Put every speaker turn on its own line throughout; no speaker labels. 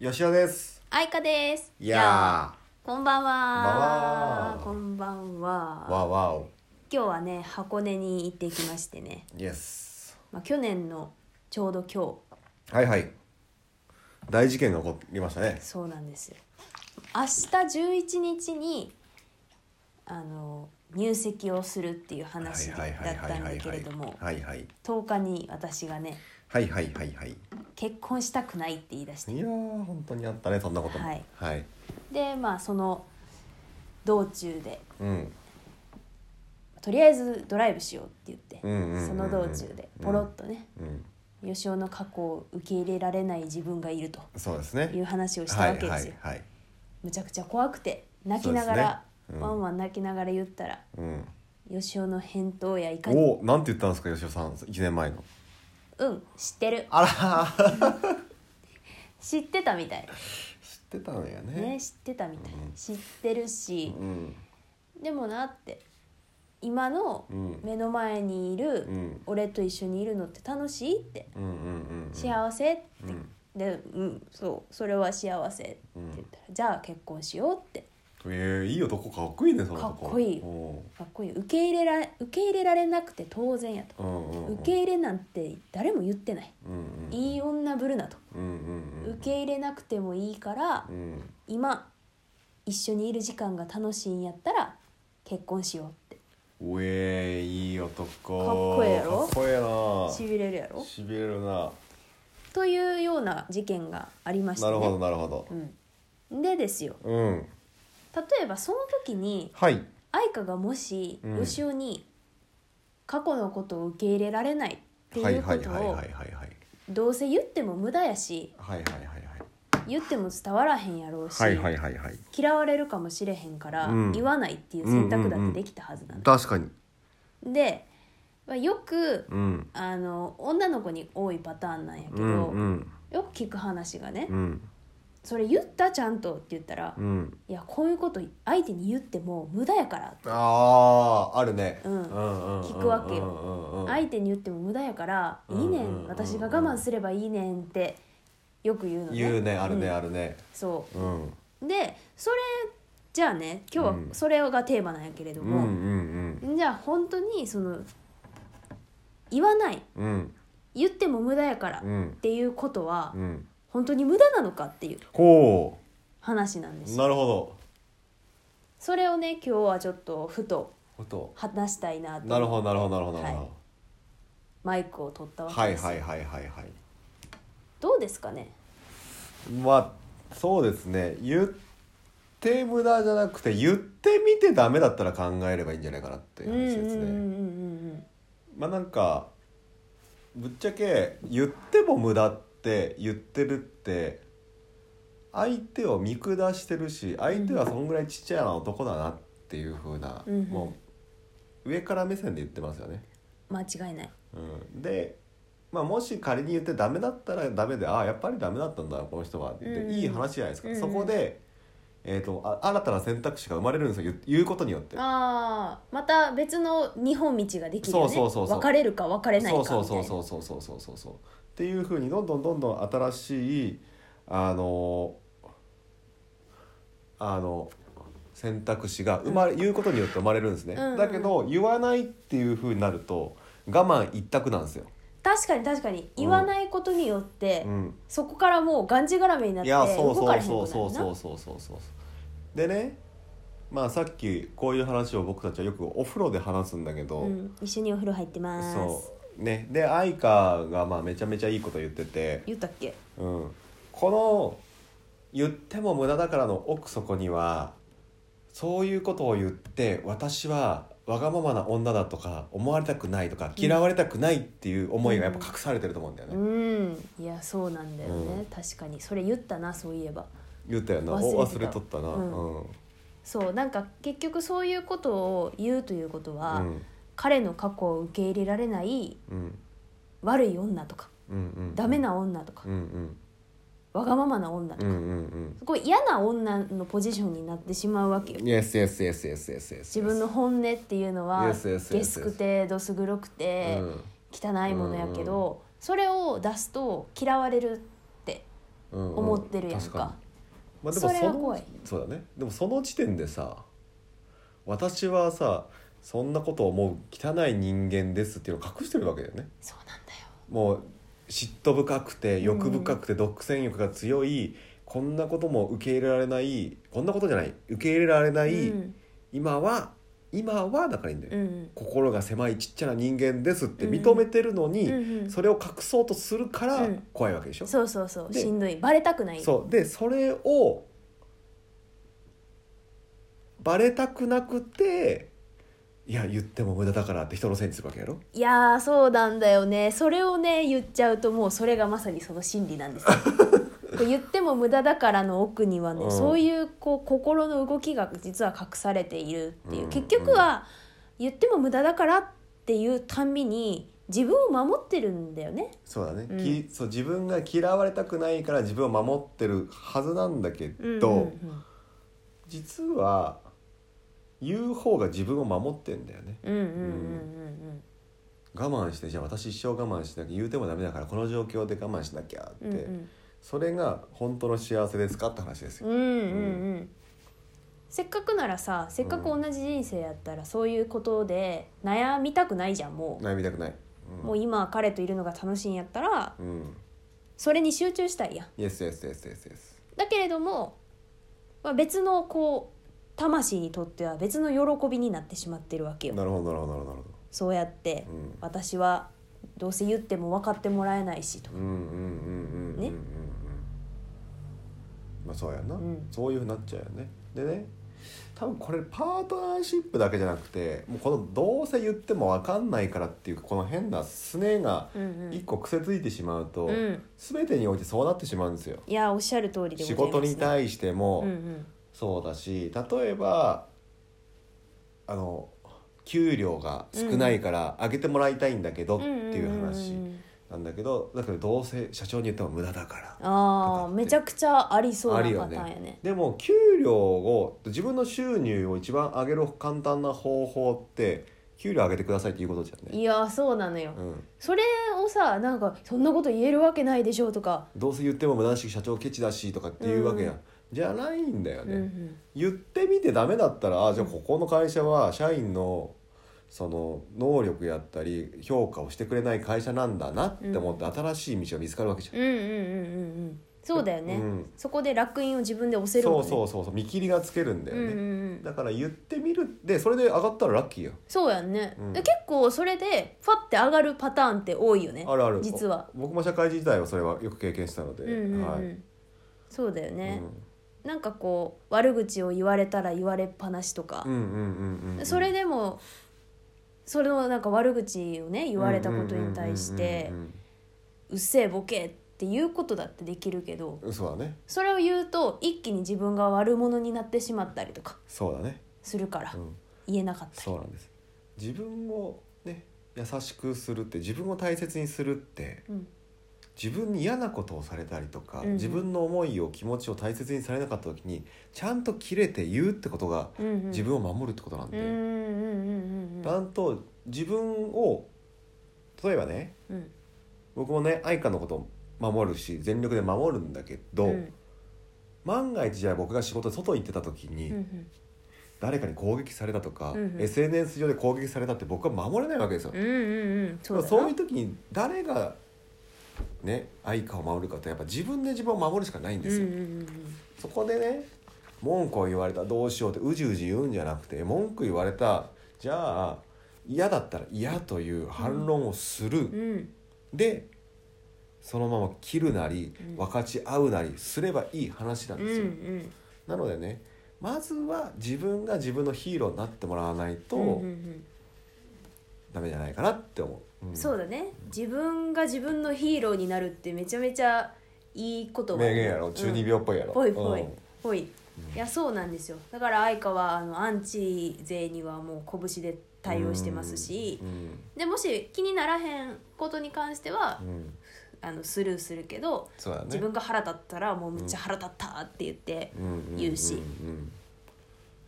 吉田です
あいかです。
いや
こんばんは。
こ
こんばんは。
ーわーわお
今日はね、箱根に行ってきましてね。
イエス
まあ、去年のちょうど今
はいはい大事件が起こりましたね
日、そうなんですよ。明日十一日に。あの、入籍をするっていう話だったんだけれども。
はいはい
10日に私がね、
はいはいはいはい
結婚したくないって言い出して。
いやー本当にあったねそんなことも
はい
はい、
で、まあ、その。道中で
うん
とりあえずドライブしようって言って、
うんうんうんうん
その道中でポロッとね、
うん
吉尾の過去を受け入れられない自分がいると
そうですね
いう話をしたわけですよ、
はいはいはい
むちゃくちゃ怖くて泣きながら、
そうですねうん
ワンワン泣きながら言ったら
うん
吉尾の返答やいかに
おなんて言ったんですか吉尾さん一年前の
うん知ってる
あらー
知ってたみたい
知ってたのやね
ね知ってたみたい、知ってるし
う、ん
でもなって今の
うん
目の前にいる、
うん
俺と一緒にいるのって楽しいって
うんうんうんうん
幸せって、
うん
でうんそうそれは幸せって言ったら、じゃあ結婚しようって
えー、いい男かっこいいねその男
かっこいい
お
かっこいい受け入れら受け入れられなくて当然やと、
ーうんうんうん
受け入れなんて誰も言ってない、
うんうん
いい女ぶるなと、
うんうんうん
受け入れなくてもいいから、
うん
今一緒にいる時間が楽しいんやったら結婚しようって
うえーいい男かっ
こええやろ
かっこええ
しびれるや
な
ろ
しびれるな
というような事件がありました
な
ね
るほどなるほど
うん、でですよ
うん
例えばその時に
はい
愛花がもし
うん
吉尾に過去のことを受け入れられないって
はいいうは
こ
い
と
はいはい
を
はいはいはい
どうせ言っても無駄やし
はいはいはい
言っても伝わらへんやろうし、
はいはいはいはい
嫌われるかもしれへんから、
うん
言わないっていう選択だってできたはずなの、
確かに
で、まあ、よく
うん
あの女の子に多いパターンなんやけ
う
ど、
んうん
よく聞く話がね「
うん
それ言ったちゃんと」って言ったら「
うん
いやこういうこと相手に言っても無駄やから」
あーあるね
うん
聞
聞くわけよ
よ
相手に言っても無駄やから「
うん
いいね
うんうん
ん私が我慢すればいいねん」ってよく言うのね。
言うねあるね
うん
あるね
そ
うん
うでそれじゃあね今日は
うん
それがテーマなんやけれど
うんう
も、
ん
じゃあ本当にその言わない
うんうん
言っても無駄やから
う
っ
ん
ていうことは
うん
本当に無駄なのかっていう
ほ
話なんで
う
すよ
なるほど
それをね今日はちょっとふと
音
話したいなと
なるほどなるほどなるほどなる
はい
ほ
マイクを取った
ど
わ
は
け
い
ですよ、
はいはいはいはい
どうですかね
まあそうですね言って無駄じゃなくて言ってみてダメだったら考えればいいんじゃないかなっていう
うんうん
話
うん
です
うん
ね。
うん
まあなんかぶっちゃけ言っても無駄って言ってるって相手を見下してるし相手はそんぐらいちっちゃな男だなっていう風な、
うん
もう上から目線で言ってますよね。
うん間違いない
うん、で、まあ、もし仮に言ってダメだったらダメでああやっぱりダメだったんだこの人はって、
うん
いい話じゃないですか、
うん
そこで、えー、とあ新たな選択肢が生まれるんですよ言言うことによって。
あーまた別の日本道ができるよね
そうそうそうそう
別れるか別れないか
そう
みたい
そ
な
うそうそうそうそうそうそうそうっていうふうにどんどんどんどん新しいあのあの選択肢が生まれ、言うことによって生まれるんですね、
うんうんうん
だけど言わないっていうふうになると我慢一択なんですよ。
確かに確かに言わないことによって、
うん
そこからもうがんじがらめになっ
い
て
やそ
動
うそ
か
う
れへん
そ
こ
う
とに
そう
なる
そ
な
うそうそうそうでねまあさっきこういう話を僕たちはよくお風呂で話すんだけど、
うん、一緒にお風呂入ってます
そうねで愛花がまあめちゃめちゃいいこと言ってて、
言ったっけ
うん、この「言っても無駄だから」の奥底にはそういうことを言って私はわがままな女だとか思われたくないとか嫌われたくないっていう思いがやっぱ隠されてると思うんだよね、
うんいやそうなんだよね、
うん
確かにそれ言ったなそういえば
言ったよなお
忘れて
忘
た
れとったな
うんそうなんか結局そういうことを言うということは、
うん
彼の過去を受け入れられない
うん
悪い女とか
うんうん
ダメな女とか、
うんうん
わがままな女と
うん
か、
うん
すごい嫌な女のポジションになってしまうわけよ
うん Yes yes yes yes yes yes
自分の本音っていうのは
Yes, yes, yes, yes.
ゲスくてどす黒くて
うん
汚いものやけど、それを出すと嫌われるって
うんうん
思ってるやんか
確にまあ、で
そ
も
れ
そ
が
の
怖い
そうだねでもその時点でさ私はさそんなことを思う汚い人間ですっていうのを隠してるわけだよね
そうなんだよ
もう嫉妬深くて欲深くて独占欲が強い、こんなことも受け入れられないこんなことじゃない受け入れられない、
うん
今は今はだからいいんだよ、
うん
心が狭いちっちゃな人間ですって認めてるのに、
うんうん
それを隠そうとするから
うん
怖いわけでしょ、
そうそうそう
で
しんどいバレたくない
そうでそれをバレたくなくていや言っても無駄だからって人のせいにするわけやろ
いやーそうなんだよねそれをね言っちゃうともうそれがまさにその心理なんですよこう言っても無駄だからの奥にはね、
うん
そういうこう心の動きが実は隠されているっていう、
うん
結局は言っても無駄だからっていうたんびに自分を守ってるんだよね
そうだね、
うん
きそう自分が嫌われたくないから自分を守ってるはずなんだけど、
うんうん
実は言う方が自分を守ってんだよね
うんうんうんうん
我慢してじゃあ私一生我慢しなきゃ言うてもダメだからこの状況で我慢しなきゃって、
うんうんうん
それが本当の幸せですかって話ですよ、
うんうんうんせっかくならさせっかく同じ人生やったらそういうことで悩みたくないじゃんもう,、
悩みたくない、うん、
もう今彼といるのが楽しいんやったら
うん
それに集中したいやん
イエスイエスイエスイエスイエス
だけれども、まあ、別のこう魂にとっては別の喜びになってしまってるわけよ
なるほどなるほどなるほどなるほ
そうやって、
どうん
私はどうせ言っても分かってもらえないしと
うんうんうんうんうんうんう
ね
んまあそうやな、
うん
そういうふうになっちゃうよねでね多分これパートナーシップだけじゃなくてもうこのどうせ言っても分かんないからっていうこの変なすねが
うんう
一
ん
個癖ついてしまうと、
うん
全てにおいてそうなってしまうんですよ
いやおっしゃる通りでござ
仕
います、
事に対しても
うん
そうだし、例えばあの給料が少ないから上げてもらいたいんだけど
う
って
ん、
いう話
んんんん
なんだけどだけどどうせ社長に言っても無駄だからと
あ
かっ
ー
て
めちゃくちゃありそうな
あ
パ
る
タ
よ
ーンやね
でも給料を自分の収入を一番上げる簡単な方法って給料上げてくださいっていうことじゃんね、
いやそうなのよ、
うん、
それをさなんかそんなこと言えるわけないでしょうとか、
どうせ言っても無駄だし社長ケチだしとかっていうわけや、
うん
じゃないんだよね、
うんうん
言ってみてダメだったらあじゃあここの会社は社員のその能力やったり評価をしてくれない会社なんだなって思って新しい道が見つかるわけじゃん、
うんうんうんうんうんそうだよね、
うん
そこで楽印を自分で押せる
そ
もん、
う
ね、
そうそうそう見切りがつけるんだよね、
うんうんうん
だから言ってみるでそれで上がったらラッキーよ
そうやんね、
うん
で結構それでファって上がるパターンって多いよね
あるある
実は
僕も社会人時代はそれはよく経験したので、
うんうんうん、
はい、
そうだよ
うん
ね、なんかこう悪口を言われたら言われっぱなしとか
うん、うんうんうん
それでもそれのなんか悪口をね言われたことに対して
うんうん
「うっせえボケ」っていうことだってできるけど
うんうんそうだね
それを言うと一気に自分が悪者になってしまったりとか
そうだね、
するから
うん、
言えなかったり
そうなんです自分をね優しくするって自分を大切にするって
うん
自分に嫌なことをされたりとか、
うんうん
自分の思いを気持ちを大切にされなかった時にちゃんと切れて言うってことが
うんうん
自分を守るってことなん
う
で、
んうんうんうんうん
ちゃんと自分を例えばね
うん
僕もね愛花のことを守るし全力で守るんだけど、
うん
万が一じゃあ僕が仕事で外行ってた時に、
うんうん
誰かに攻撃されたとか、
うんうん
SNS 上で攻撃されたって僕は守れないわけですよ。
うんうんうんそうだな
そういう時に誰がね愛花を守るかってやっぱ自分で自分を守るしかないんですよ、
うんうんうん
そこでね文句を言われたどうしようってうじうじ言うんじゃなくて文句言われたじゃあ嫌だったら嫌という反論をする、
うんうん
でそのまま切るなり
うん
分かち合うなりすればいい話なん
う
ですよ、
ん
なのでねまずは自分が自分のヒーローになってもらわない
うんうんう
と
ん
ダメじゃないかなって思う、うん
そうだね自分が自分のヒーローになるってめちゃめちゃいいこと
名言やろ中二病っぽいやろ、
ぽいぽい
うん
ぽいいやそうなんですよだから愛花はあのアンチ勢にはもう拳で対応してますし
うん
でもし気にならへんことに関しては
うん
あのスルーするけど
そうだね
自分が腹立ったらもうめっちゃ腹立ったって言って言うし
んんん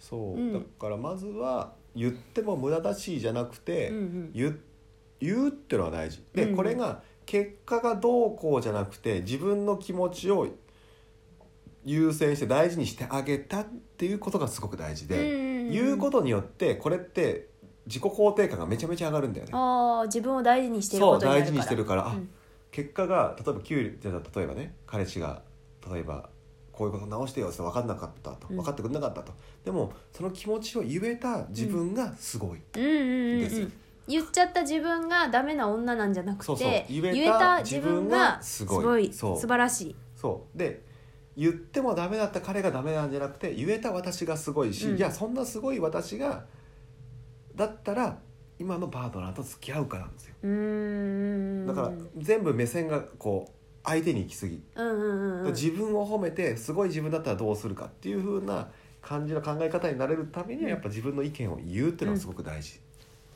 そう、
うん
だからまずは言っても無駄だしじゃなくて、
うんうん
言言うってのは大事で、
うんうん
これが結果がどうこうじゃなくて自分の気持ちを優先して大事にしてあげたっていうことがすごく大事
うん
で、
うんうん
言うことによってこれって自己肯定感がめちゃめちゃ上がるんだよね。
ああ自分を大事にしてる
そ
こ
う
とになる
大
から
事にしてるから、あ
うん
結果が例えば給料じゃあ例えばね彼氏が例えばこういうこと直してよって分かんなかったと
うん
分かってくれなかったと、でもその気持ちを言えた自分がすごい、
うんうんうん
です
う
よ
ん言っちゃった自分がダメな女なんじゃなくて
そうそう言えた
自分が
自
す
分がすごい
ごい
そう
素晴らしい
そうで言ってもダメだった彼がダメなんじゃなくて言えた私がすごいし、
うん
いやそんなすごい私がだったら今のパートナーと付き合うかなんですよ
うーん
だから全部目線がこう相手に行き過ぎ
うんうんうんうん
自分を褒めてすごい自分だったらどうするかっていう風な感じの考え方になれるために
うん
はやっぱ自分の意見を言うっていうのがすごく大事、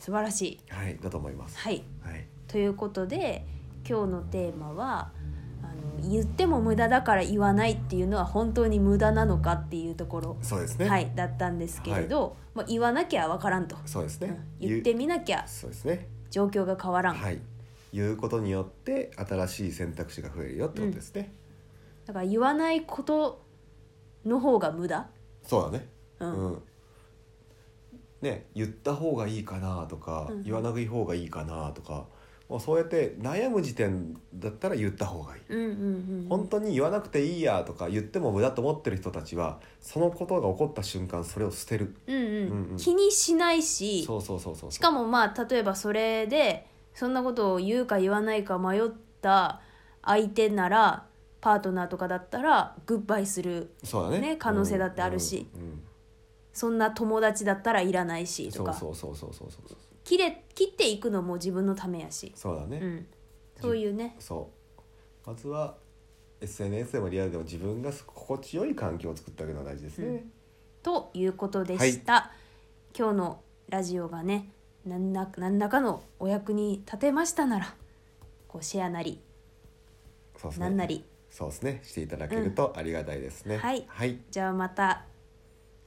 素晴らしい
はい、だと思います。
はい
はい、
ということで今日のテーマはあの言っても無駄だから言わないっていうのは本当に無駄なのかっていうところ、
そうですね、
はいだったんですけれど、まあ、言わなきゃわからんと、
そうです
う
ね
ん、言ってみなきゃ
言うそうですね、
状況が変わらん、
はい、言うことによって新しい選択肢が増えるよってことですね、
だから言わないことの方が無駄、
そうだね
う
うんん、ね言った方がいいかなとか、
うん
言わない方がいいかなとかもうそうやって悩む時点だったら言った方がいい
うんうんうん、
本当に言わなくていいやとか言っても無駄と思ってる人たちはそのことが起こった瞬間それを捨てる
うんうん
うんうん
気にしないし
そうそうそうそう
しかもまあ例えばそれでそんなことを言うか言わないか迷った相手ならパートナーとかだったらグッバイする
そうだね
ね可能性だってあるし、
うんうんうん
そんな友達だったらいらないしと
そう
か
そうそうそうそうそう
切れ切っていくのも自分のためやし、
そうだね、
うん、そういうね
そうまずは SNS でもリアルでも自分が心地よい環境を作ってあげるのが大事ですね、
ということでした、今日のラジオがね何ら何らかのお役に立てましたならこうシェアなり
そうですね
なんなり
そうですねしていただけるとありがたいですね、
うんはい
はい、
じゃあまた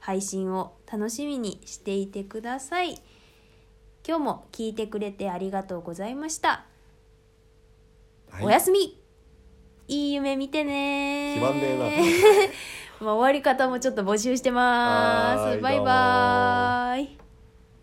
配信を楽しみにしていてください。今日も聞いてくれてありがとうございました。
はい
おやすみいい夢見てね
決まんね
えな。まあ終わり方もちょっと募集してま
はー
す。
い
バイバーイ。